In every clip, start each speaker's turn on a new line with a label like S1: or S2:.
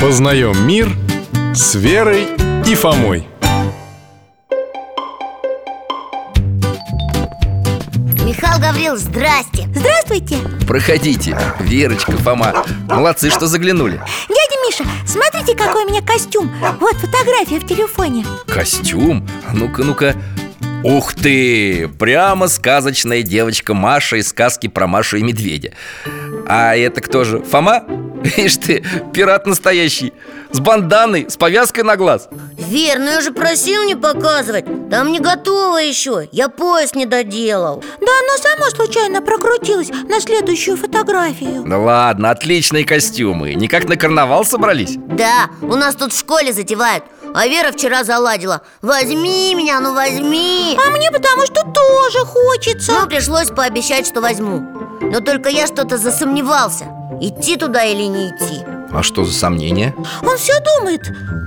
S1: Познаем мир с Верой и Фомой.
S2: Михаил Гаврил, здрасте
S3: Здравствуйте!
S4: Проходите, Верочка, Фома Молодцы, что заглянули
S3: Дядя Миша, смотрите, какой у меня костюм Вот фотография в телефоне
S4: Костюм? Ну-ка, ну-ка Ух ты! Прямо сказочная девочка Маша из сказки про Машу и медведя А это кто же? Фома? Ишь ты, пират настоящий С банданой, с повязкой на глаз
S2: Вер, ну я же просил не показывать Там не готово еще Я пояс не доделал
S3: Да оно само случайно прокрутилось на следующую фотографию
S4: Да ладно, отличные костюмы Никак на карнавал собрались?
S2: Да, у нас тут в школе затевают А Вера вчера заладила Возьми меня, ну возьми
S3: А мне потому что тоже
S2: Ну,
S3: хочется
S2: пришлось пообещать, что возьму Но только я что-то засомневался Идти туда или не идти
S4: А что за сомнения?
S3: Он все думает,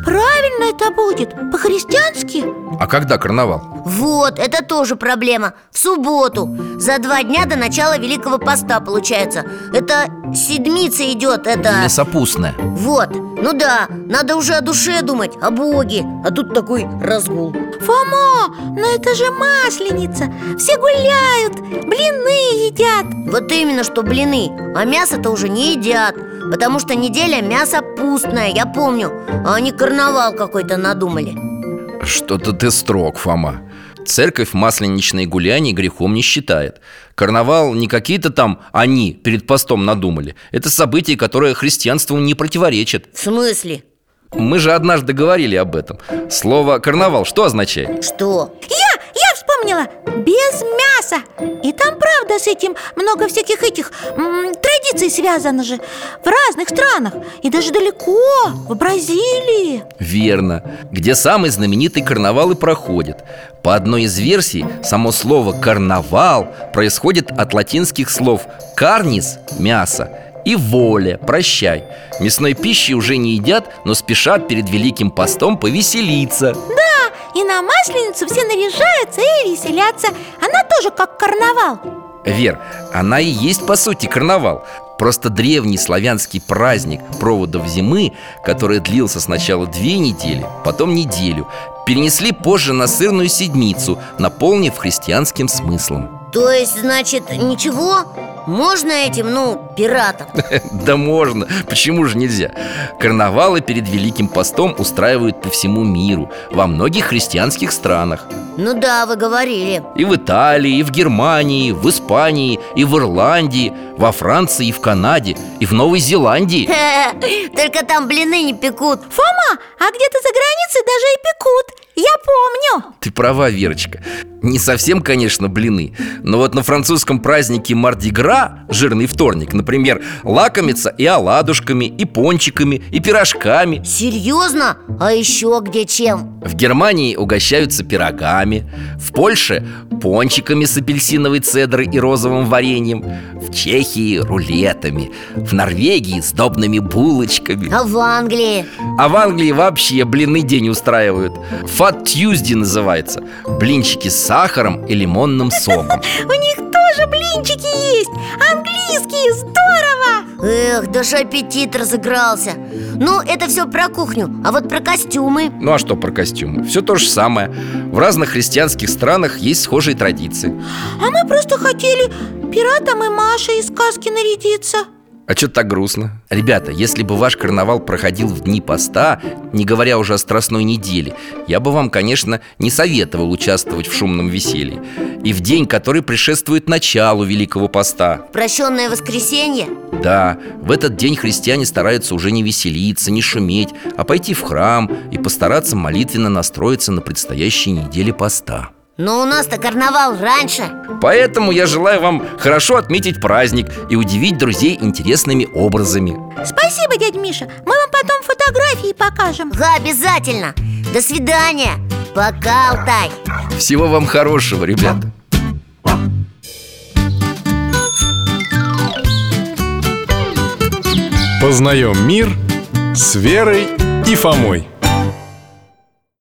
S3: правильно это будет, по-христиански
S4: А когда карнавал?
S2: Вот, это тоже проблема В субботу За два дня до начала Великого Поста получается Это седмица идет, это...
S4: Несопустное
S2: Вот, ну да, надо уже о душе думать, о Боге А тут такой разгул
S3: Фома, но это же масленица Все гуляют, блины едят
S2: Вот именно, что блины, а мясо-то уже не едят Потому что неделя мясо пустное, я помню А они карнавал какой-то надумали
S4: Что-то ты строг, Фома Церковь масленичные гуляния грехом не считает Карнавал не какие-то там они перед постом надумали Это событие, которое христианству не противоречит
S2: В смысле?
S4: Мы же однажды говорили об этом Слово «карнавал» что означает?
S2: Что?
S3: Я, я вспомнила, без мяса И там правда с этим много всяких этих м, традиций связано же В разных странах и даже далеко, в Бразилии
S4: Верно, где самый знаменитый карнавал и проходит По одной из версий, само слово «карнавал» происходит от латинских слов «карнис» – мясо и «воле» – прощай Мясной пищи уже не едят, но спешат перед Великим постом повеселиться
S3: И на Масленицу все наряжаются и веселятся Она тоже как карнавал
S4: Вер, она и есть по сути карнавал Просто древний славянский праздник проводов зимы, который длился сначала две недели, потом неделю Перенесли позже на сырную седмицу, наполнив христианским смыслом
S2: То есть, значит, ничего? Можно этим, ну, пиратам?
S4: Да можно, почему же нельзя? Карнавалы перед Великим постом устраивают по всему миру, во многих христианских странах
S2: Ну да, вы говорили
S4: И в Италии, и в Германии, в Испании, и в Ирландии, во Франции, и в Канаде, и в Новой Зеландии
S2: Только там блины не пекут
S3: Фома, а где-то за границей даже и пекут Я помню
S4: Ты права, Верочка Не совсем, конечно, блины Но вот на французском празднике Мардигра Жирный вторник, например Лакомятся и оладушками, и пончиками, и пирожками
S2: Серьезно? А еще где чем?
S4: В Германии угощаются пирогами В Польше – пончиками с апельсиновой цедрой и розовым вареньем В Чехии – рулетами В Норвегии – сдобными булочками
S2: А в Англии?
S4: а в Англии вообще блины день устраивают Фат Тьюзди называется Блинчики с сахаром и лимонным соком
S3: У них тоже блинчики есть Английские, здорово
S2: Эх, даже аппетит разыгрался Ну, это все про кухню, а вот про костюмы
S4: Ну а что про костюмы? Все то же самое В разных христианских странах есть схожие традиции
S3: А мы просто хотели пиратом и Машей из сказки нарядиться
S4: А что так грустно? Ребята, если бы ваш карнавал проходил в дни поста Не говоря уже о страстной неделе Я бы вам, конечно, не советовал участвовать в шумном веселье И в день, который предшествует началу Великого Поста
S2: Прощенное воскресенье?
S4: Да, в этот день христиане стараются уже не веселиться, не шуметь, а пойти в храм и постараться молитвенно настроиться на предстоящей неделе поста.
S2: Но у нас-то карнавал раньше
S4: Поэтому я желаю вам хорошо отметить праздник и удивить друзей интересными образами.
S3: Спасибо, дядь Миша Мы вам потом фотографии покажем
S2: Ага, обязательно До свидания Пока, Алтай
S4: Всего вам хорошего, ребята.
S1: Познаем мир с Верой и Фомой.